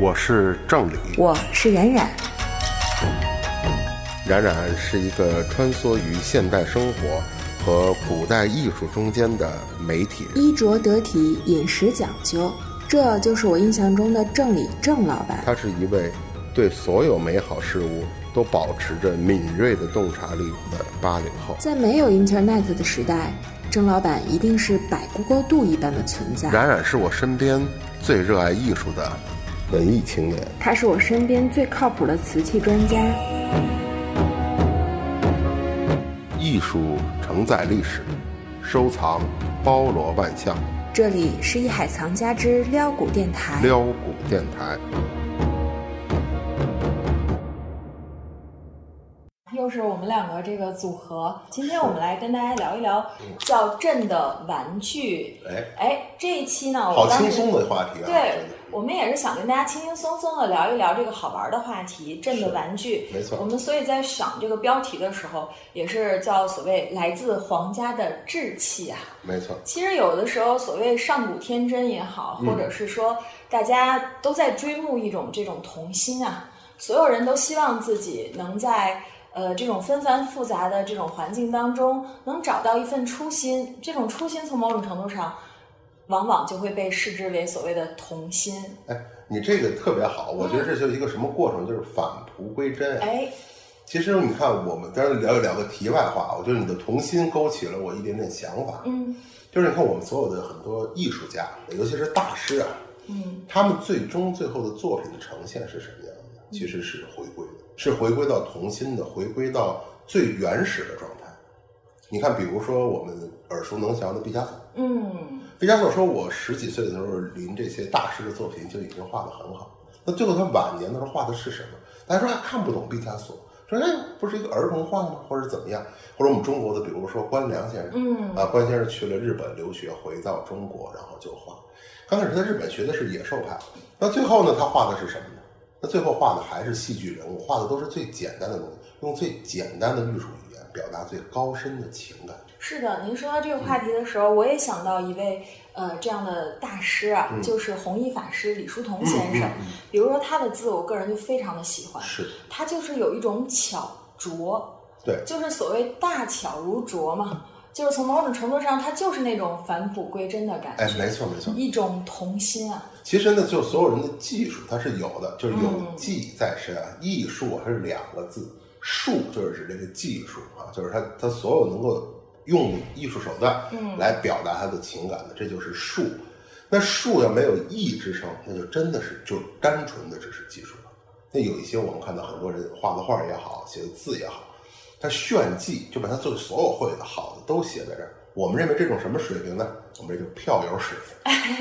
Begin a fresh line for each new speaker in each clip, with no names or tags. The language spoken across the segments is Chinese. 我是郑理。
我是冉冉，
冉冉是一个穿梭于现代生活和古代艺术中间的媒体人，
衣着得体，饮食讲究，这就是我印象中的郑理郑老板。
她是一位对所有美好事物都保持着敏锐的洞察力的八零后。
在没有 Internet 的时代，郑老板一定是百无过度一般的存在。
冉冉是我身边最热爱艺术的文艺青年。
他是我身边最靠谱的瓷器专家。
艺术承载历史，收藏包罗万象。
这里是一海藏家之撩谷电台。
撩谷电台，
又是我们两个这个组合，今天我们来跟大家聊一聊叫朕的玩具。
哎，
哎，这一期呢，我
好
当
轻
时
松的话题啊！
对，我们也是想跟大家轻轻松松的聊一聊这个好玩的话题——朕的玩具。
没错
我们所以在想这个标题的时候，也是叫所谓来自皇家的志气啊。
没错，
其实有的时候，所谓上古天真也好，
嗯
或者是说大家都在追慕一种这种童心啊，所有人都希望自己能在呃这种纷繁复杂的这种环境当中，能找到一份初心。这种初心从某种程度上，往往就会被视之为所谓的童心。
哎，你这个特别好，我觉得这就是一个什么过程，就是返璞归真。
嗯哎，
其实你看，我们刚才聊一聊个题外话，我觉得你的童心勾起了我一点点想法。
嗯
就是你看，我们所有的很多艺术家，尤其是大师啊，
嗯
他们最终最后的作品的呈现是什么样的？其实是回归的，是回归到童心的，回归到最原始的状态。你看，比如说我们耳熟能详的毕加索，
嗯，
毕加索说：“我十几岁的时候临这些大师的作品就已经画得很好。那最后他晚年的时候画的是什么？大家说、哎、看不懂毕加索，说哎不是一个儿童画吗？或者怎么样？或者我们中国的，比如说关良先生，
嗯
啊，关先生去了日本留学，回到中国然后就画。刚开始他在日本学的是野兽派，那最后呢，他画的是什么呢？那最后画的还是戏剧人物，画的都是最简单的东西，用最简单的艺术语言表达最高深的情感。
是的，您说到这个话题的时候，我也想到一位呃这样的大师啊，
嗯
就是弘一法师李叔同先生。
嗯
比如说他的字，我个人就非常的喜欢，
是
他就是有一种巧拙，
对嗯
就是所谓大巧如拙嘛，就是从某种程度上，他就是那种返璞归真的感
哎，
觉，
没错没错。
一种童心啊，
其实呢，就所有人的技术它是有的，就是有
嗯
技在身啊。艺术还是两个字，术就是指这个技术啊，就是他他所有能够用艺术手段
嗯
啊来表达他的情感的，这就是术。那术要没有艺之声，那就真的是就单纯的只是技术了。那有一些我们看到很多人画的画也好，写的字也好，他炫技就把他做所有会的好的都写在这儿。我们认为这种什么水平呢？我们这就票友水平。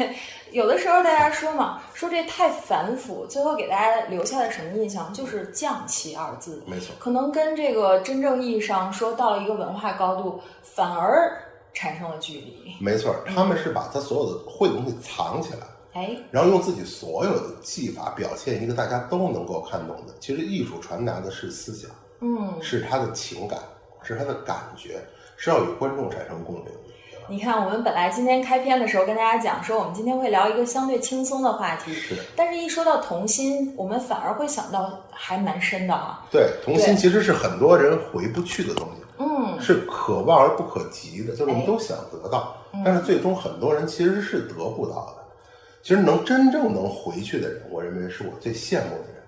有的时候大家说嘛，说这太繁复，最后给大家留下的什么印象就是匠气二字，
没错，
可能跟这个真正意义上说到了一个文化高度，反而产生了距离。
没错，他们是把他所有的会的东西藏起来，
哎，
然后用自己所有的技法表现一个大家都能够看懂的。其实艺术传达的是思想，
嗯，
是他的情感，是他的感觉，是要与观众产生共鸣的。
你看，我们本来今天开篇的时候跟大家讲说，我们今天会聊一个相对轻松的话题，
是
但是一说到童心，我们反而会想到还蛮深的啊。
对，童心
对
其实是很多人回不去的东西，
嗯，
是可望而不可及的，就是我们
哎
都想得到，
嗯
但是最终很多人其实是得不到的。其实能真正能回去的人，我认为是我最羡慕的人。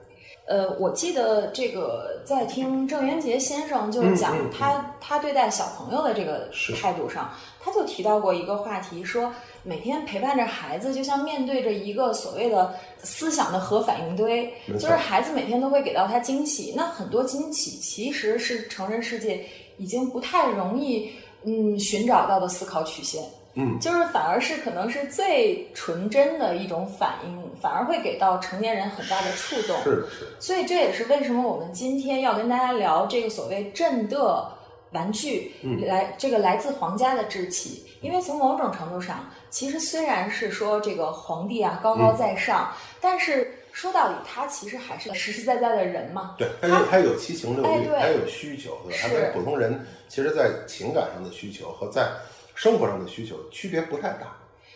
呃，我记得这个在听郑渊洁先生就
嗯
是讲
嗯嗯
他、他对待小朋友的这个
是
态度上，他就提到过一个话题，说每天陪伴着孩子，就像面对着一个所谓的思想的核反应堆，
没
就
错
是孩子每天都会给到他惊喜。那很多惊喜其实是成人世界已经不太容易嗯寻找到的思考曲线。
嗯，
就是反而是可能是最纯真的一种反应，反而会给到成年人很大的触动。
是的，是的，
所以这也是为什么我们今天要跟大家聊这个所谓朕的玩具，
嗯
来这个来自皇家的志气。因为从某种程度上，其实虽然是说这个皇帝啊高高在上，但是说到底他其实还是实实在在的人嘛。
对，但是他有七情六
哎
欲，
对
他有需求，对吧？他
是
跟普通人其实，在情感上的需求和在生活上的需求区别不太大。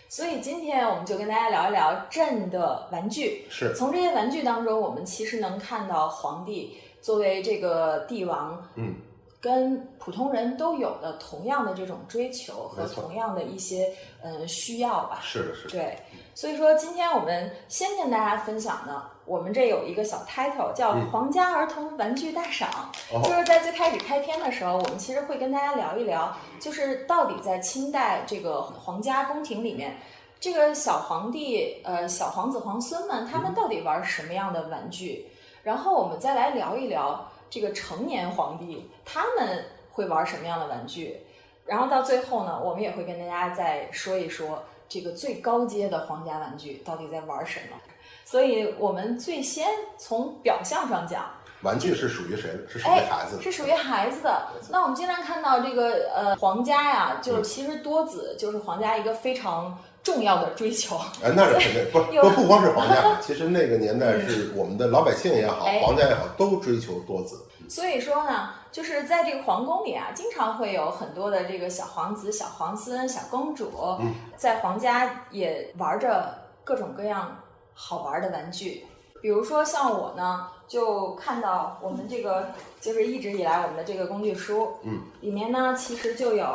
所以今天我们就跟大家聊一聊朕的玩具。
是
从这些玩具当中，我们其实能看到皇帝作为这个帝王，
嗯，
跟普通人都有的同样的这种追求和
没错
同样的一些嗯需要吧。
是的，是的，
对，所以说今天我们先跟大家分享呢，我们这有一个小 title 叫
嗯
“皇家儿童玩具大赏”，就
哦，
是在最开始开篇的时候，我们其实会跟大家聊一聊，就是到底在清代这个皇家宫廷里面，这个小皇帝、呃小皇子、皇孙们，他们到底玩什么样的玩具？然后我们再来聊一聊这个成年皇帝他们会玩什么样的玩具。然后到最后呢，我们也会跟大家再说一说这个最高阶的皇家玩具到底在玩什么。所以我们最先从表象上讲。
玩具是属于谁的？是属于
哎
孩子的，
是属于孩子的。那我们经常看到这个呃，皇家呀，就是其实多子就是皇家一个非常重要的追求。
哎，那是肯定不
有嗯
不不光是皇 家，其实那个年代是我们的老百姓也好，
哎
皇家也好，都追求多子。
所以说呢，就是在这个皇宫里啊，经常会有很多的这个小皇子、小皇孙、小公主，
嗯
在皇家也玩着各种各样好玩的玩具。比如说像我呢，就看到我们这个就是一直以来我们的这个工具书，
嗯，
里面呢其实就有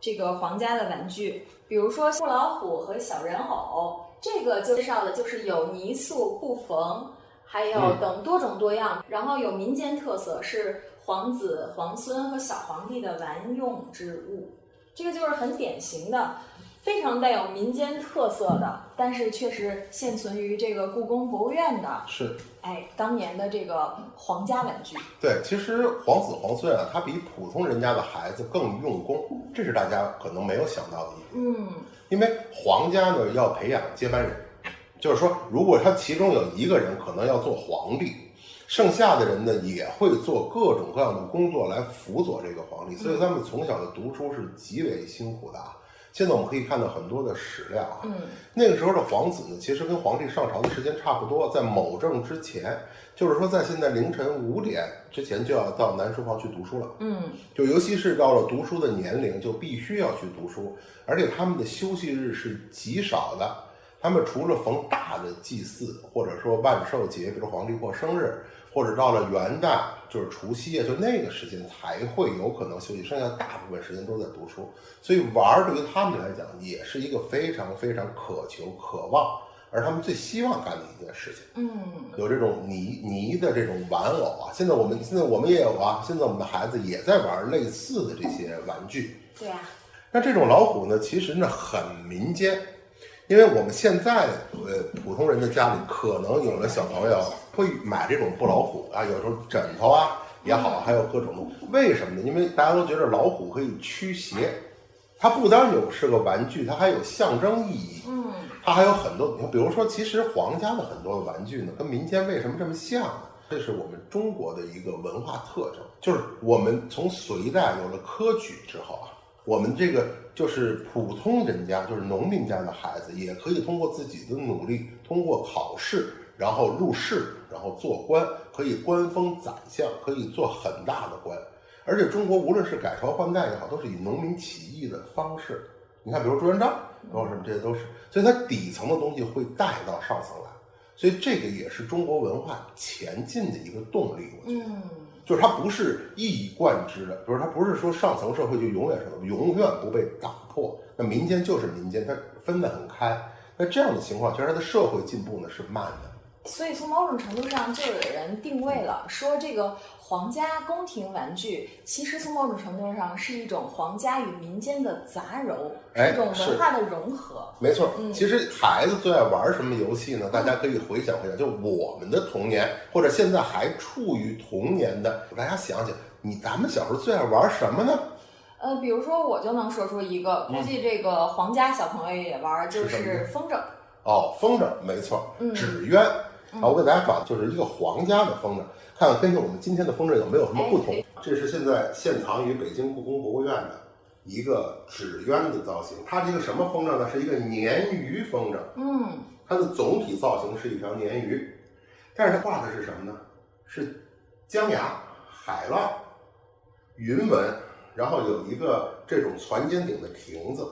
这个皇家的玩具，比如说布老虎和小人偶，这个介绍的就是有泥塑、布缝，还有
嗯
等多种多样，然后有民间特色，是皇子、皇孙和小皇帝的玩用之物。这个就是很典型的，非常带有民间特色的，但是却是现存于这个故宫博物院的，
是
哎，当年的这个皇家玩具。
对，其实皇子皇孙啊，他比普通人家的孩子更用功，这是大家可能没有想到的一点。
嗯，
因为皇家呢要培养接班人，就是说，如果他其中有一个人可能要做皇帝，剩下的人呢也会做各种各样的工作来辅佐这个皇帝，所以他们从小的读书是极为辛苦的啊。现在我们可以看到很多的史料啊，
嗯，
那个时候的皇子呢，其实跟皇帝上朝的时间差不多，在某正之前，就是说在现在凌晨五点之前就要到南书房去读书了。
嗯，
就尤其是到了读书的年龄，就必须要去读书，而且他们的休息日是极少的。他们除了逢大的祭祀，或者说万寿节，比如皇帝过生日，或者到了元旦，就是除夕啊，就那个时间才会有可能休息，剩下大部分时间都在读书。所以玩儿对于他们来讲，也是一个非常非常渴求、渴望，而他们最希望干的一件事情。
嗯，
有这种泥泥的这种玩偶啊。现在我们现在我们也有啊，现在我们的孩子也在玩类似的这些玩具。
对啊，
那这种老虎呢，其实呢很民间，因为我们现在呃普通人的家里可能有的小朋友会买这种布老虎啊，有时候枕头啊也好，还有各种的。为什么呢？因为大家都觉得老虎可以驱邪，它不单有是个玩具，它还有象征意义。
嗯，
它还有很多，你看，比如说，其实皇家的很多玩具呢，跟民间为什么这么像呢？这是我们中国的一个文化特征，就是我们从隋代有了科举之后啊，我们这个就是普通人家，就是农民家的孩子，也可以通过自己的努力，通过考试，然后入仕，然后做官，可以官封宰相，可以做很大的官。而且中国无论是改朝换代也好，都是以农民起义的方式。你看，比如朱元璋，包括什么，这些都是，所以它底层的东西会带到上层来，所以这个也是中国文化前进的一个动力。我觉得，
嗯，
就是它不是一以贯之的，就是它不是说上层社会就永远是永远不被打破，那民间就是民间，它分得很开。那这样的情况，其实它的社会进步呢是慢的。
所以从某种程度上，就有人定位了，说这个皇家宫廷玩具，其实从某种程度上是一种皇家与民间的杂糅，
哎
是一种
是
文化的融合。
没错，
嗯
其实孩子最爱玩什么游戏呢？大家可以回想回想，就我们的童年，或者现在还处于童年的，大家想想，你咱们小时候最爱玩什么呢？
呃，比如说我就能说出一个，估计这个皇家小朋友也玩儿，就是
什么
是风筝。
哦，风筝，没错，
嗯
纸鸢。
嗯
啊，我给大家讲，就是一个皇家的风筝，看看跟着我们今天的风筝有没有什么不同
哎。
这是现在现藏于北京故宫博物院的一个纸鸢的造型，它是一个什么风筝呢？是一个鲶鱼风筝。
嗯，
它的总体造型是一条鲶鱼，但是它画的是什么呢？是江崖、海浪、云纹，然后有一个这种船尖顶的亭子，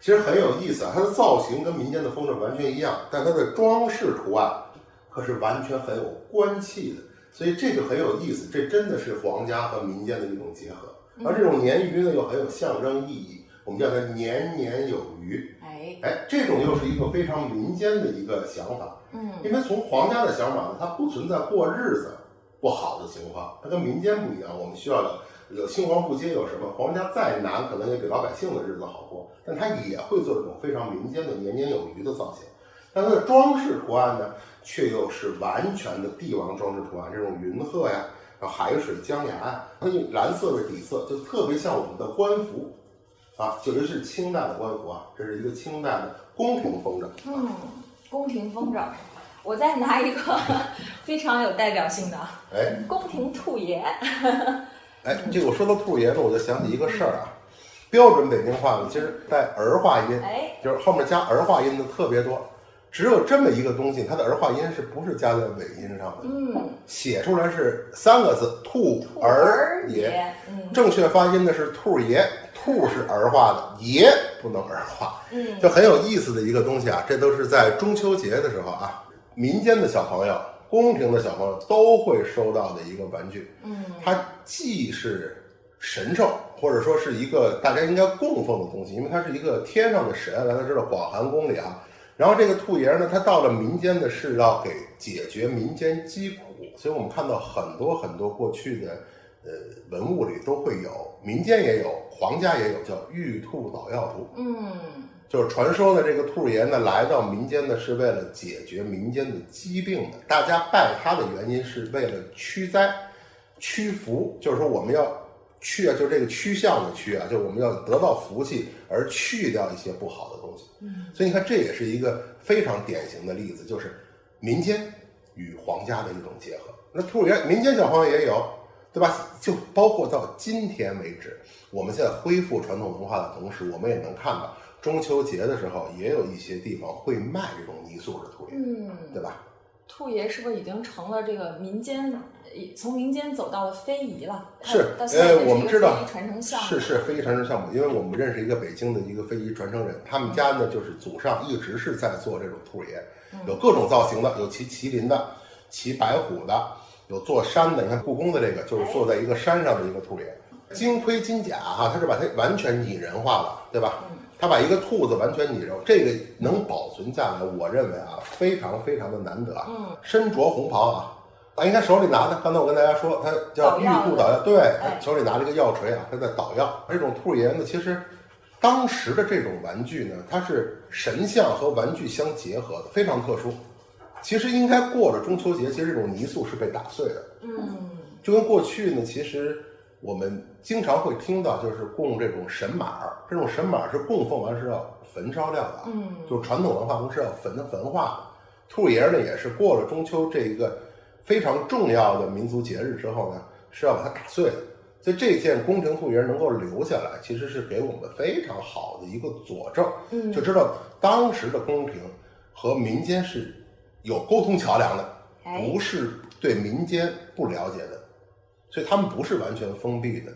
其实很有意思啊，它的造型跟民间的风筝完全一样，但它的装饰图案可是完全很有官气的，所以这就很有意思。这真的是皇家和民间的一种结合，而
嗯
这种鲶鱼呢又很有象征意义，我们叫它年年有余。
哎，
哎，这种又是一个非常民间的一个想法，
嗯，
因为从皇家的想法呢，它不存在过日子不好的情况，它跟民间不一样。我们需要有兴亡不接有什么？皇家再难，可能也比老百姓的日子好过，但它也会做这种非常民间的年年有余的造型。但它的装饰图案呢，却又是完全的帝王装饰图案，这种云鹤呀，然后海水江崖呀，它用蓝色的底色，就特别像我们的官服。啊，就尤其是清代的官服啊，这是一个清代的宫廷风筝。
嗯，宫廷风筝，我再拿一个 非常有代表性的啊
哎，
宫廷兔爷，
哎，这个我说到兔爷子，我就想起一个事儿啊。标准北京话呢，其实带儿化音，
哎，
就是后面加儿化音的特别多。只有这么一个东西，它的儿化音是不是加在尾音上的？
嗯，
写出来是三个字“兔
兔
儿爷”，
爷，嗯
正确发音的是“兔爷”，兔是儿化的，爷不能儿化。
嗯
就很有意思的一个东西啊，这都是在中秋节的时候啊，民间的小朋友、宫廷的小朋友都会收到的一个玩具。
嗯，
它既是神兽，或者说是一个大家应该供奉的东西，因为它是一个天上的神。大家知道广寒宫里啊，然后这个兔爷儿呢，他到了民间的是要给解决民间疾苦，所以我们看到很多很多过去的呃文物里都会有，民间也有，皇家也有，叫玉兔捣药图。
嗯，
就是传说的这个兔爷呢，来到民间呢是为了解决民间的疾病的。大家拜他的原因是为了驱灾、驱福，就是说我们要去啊，就是这个趋向的趋啊，就是我们要得到福气，而去掉一些不好的东西。
嗯，
所以你看，这也是一个非常典型的例子，就是民间与皇家的一种结合。那兔爷，民间小朋友也有，对吧？就包括到今天为止，我们现在恢复传统文化的同时，我们也能看到中秋节的时候，也有一些地方会卖这种泥塑的兔爷，
嗯，
对吧？
兔爷是不是已经成了这个民间，呃从民间走到了非遗了？
是
到，现在
呃
也，是
我
一
们
个
知道
非遗传承项目，
是是非遗传承项目，因为我们认识一个北京的一个非遗传承人，他们家呢就是祖上一直是在做这种兔爷，
嗯
有各种造型的，有骑麒麟的，骑白虎的，有坐山的。你看故宫的这个就是坐在一个山上的一个兔爷，
哎
金盔金甲哈、它是把它完全拟人化了，对吧？
嗯
它把一个兔子完全拟人，这个能保存下来，我认为啊，非常非常的难得啊。
嗯，
身着红袍啊，啊，应该手里拿的。刚才我跟大家说，他叫玉兔捣药，对，
哎
手里拿着一个药锤啊，他在捣药。这种兔爷呢，其实当时的这种玩具呢，它是神像和玩具相结合的，非常特殊。其实应该过了中秋节，其实这种泥塑是被打碎的，
嗯
就跟过去呢，其实我们经常会听到，就是供这种神马儿，这种神马儿是供奉完是要焚烧掉的啊，
嗯，
就是传统文化中是要焚焚化的。兔爷儿呢，也是过了中秋这一个非常重要的民族节日之后呢，是要把它打碎的。所以这件宫廷兔爷儿能够留下来，其实是给我们非常好的一个佐证，
嗯
就知道当时的宫廷和民间是有沟通桥梁的，
哎
不是对民间不了解的，所以他们不是完全封闭的。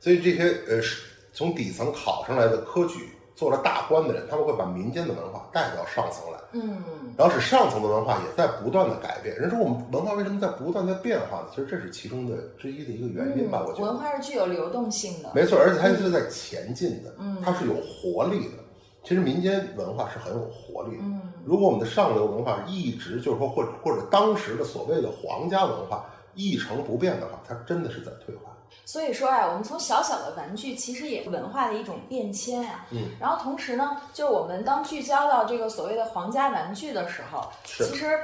所以这些呃，是从底层考上来的科举做了大官的人，他们会把民间的文化带到上层来，
嗯
然后使上层的文化也在不断的改变。人说我们文化为什么在不断的变化呢？其实这是其中的之一的一个原因吧，我觉
嗯文
得。
化是具有流动性的，
没错，而且它是在前进的，
嗯
它是有活力的。其实民间文化是很有活力的，
嗯
如果我们的上流文化一直就是说，或者或者当时的所谓的皇家文化一成不变的话，它真的是在退化。
所以说啊，我们从小小的玩具，其实也是文化的一种变迁呀、
嗯
然后同时呢，就是我们当聚焦到这个所谓的皇家玩具的时候，
是
其实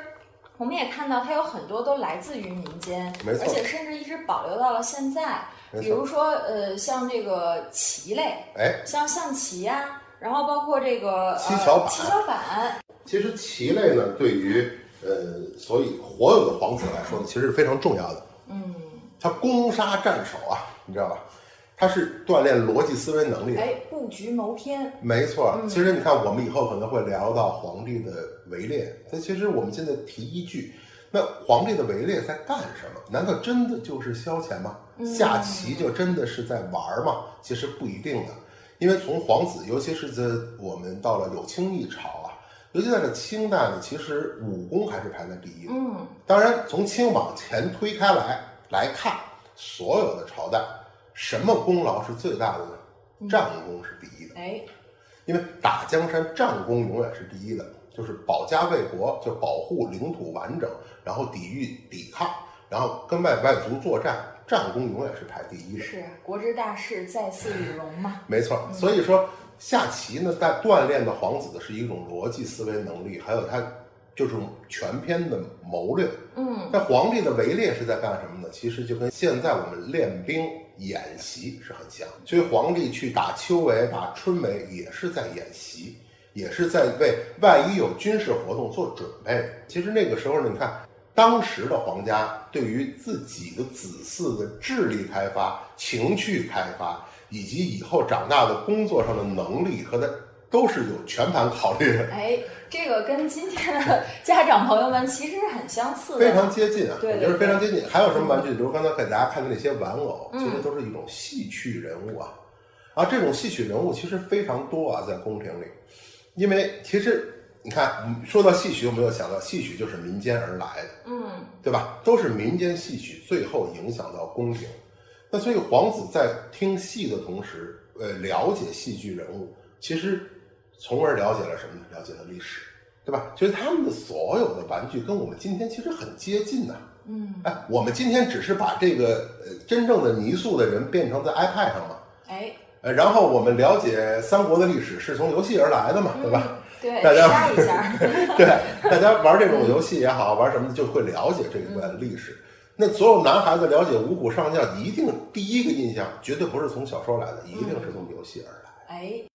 我们也看到它有很多都来自于民间，
没错
而且甚至一直保留到了现在。
没
比
错，
如说，呃，像这个棋类，
哎，
像象棋呀、然后包括这个
七巧
呃、
板
七巧板，
其实棋类呢，对于呃，所以活有的皇子来说呢，其实是非常重要的。
嗯，
它攻杀战守啊，你知道吧？它是锻炼逻辑思维能力的。
哎，布局谋篇，
没错，
嗯
其实你看，我们以后可能会聊到皇帝的围猎，但其实我们现在提一句，那皇帝的围猎在干什么？难道真的就是消遣吗？
嗯
下棋就真的是在玩儿吗？其实不一定的，因为从皇子，尤其是在我们到了有清一朝啊，尤其在这清代呢，其实武功还是排在第一的。
嗯，
当然，从清往前推开来来看，所有的朝代，什么功劳是最大的
嗯
呢？战功是第一的，
哎，
因为打江山战功永远是第一的，就是保家卫国，就保护领土完整，然后抵御抵抗，然后跟外外族作战，战功永远是排第一的。
是啊国之大事，在祀与戎嘛。
没错，所以说下棋呢，在锻炼的皇子的是一种逻辑思维能力，还有他就是全篇的谋略。
嗯，
那皇帝的围猎是在干什么呢？其实就跟现在我们练兵演习是很像，所以皇帝去打秋围、打春围也是在演习，也是在为万一有军事活动做准备。其实那个时候呢，你看当时的皇家对于自己的子嗣的智力开发、情趣开发，以及以后长大的工作上的能力和他都是有全盘考虑的，
哎，这个跟今天的家长朋友们其实是很相似的，
非常接近啊，
对
我
对
觉得非常接近。还有什么玩具？比如刚才给大家看的那些玩偶，
嗯
其实都是一种戏曲人物啊。啊，这种戏曲人物其实非常多啊，在宫廷里，因为其实你看，嗯说到戏曲，有没有想到戏曲就是民间而来的？
嗯，
对吧？都是民间戏曲，最后影响到宫廷。那所以皇子在听戏的同时，呃，了解戏剧人物，其实从而了解了什么呢？了解了历史，对吧？其实他们的所有的玩具跟我们今天其实很接近呐、
嗯，
哎，我们今天只是把这个呃真正的泥塑的人变成在 iPad 上嘛，
哎，
呃，然后我们了解三国的历史是从游戏而来的嘛，对吧？
嗯？对，
大家
杀一下，
对，大家玩这种游戏也好，玩什么的就会了解这一
嗯
段历史。那所有男孩子了解五
嗯
虎上将，一定第一个印象绝对不是从小说来的，一定是从游戏而来。
哎，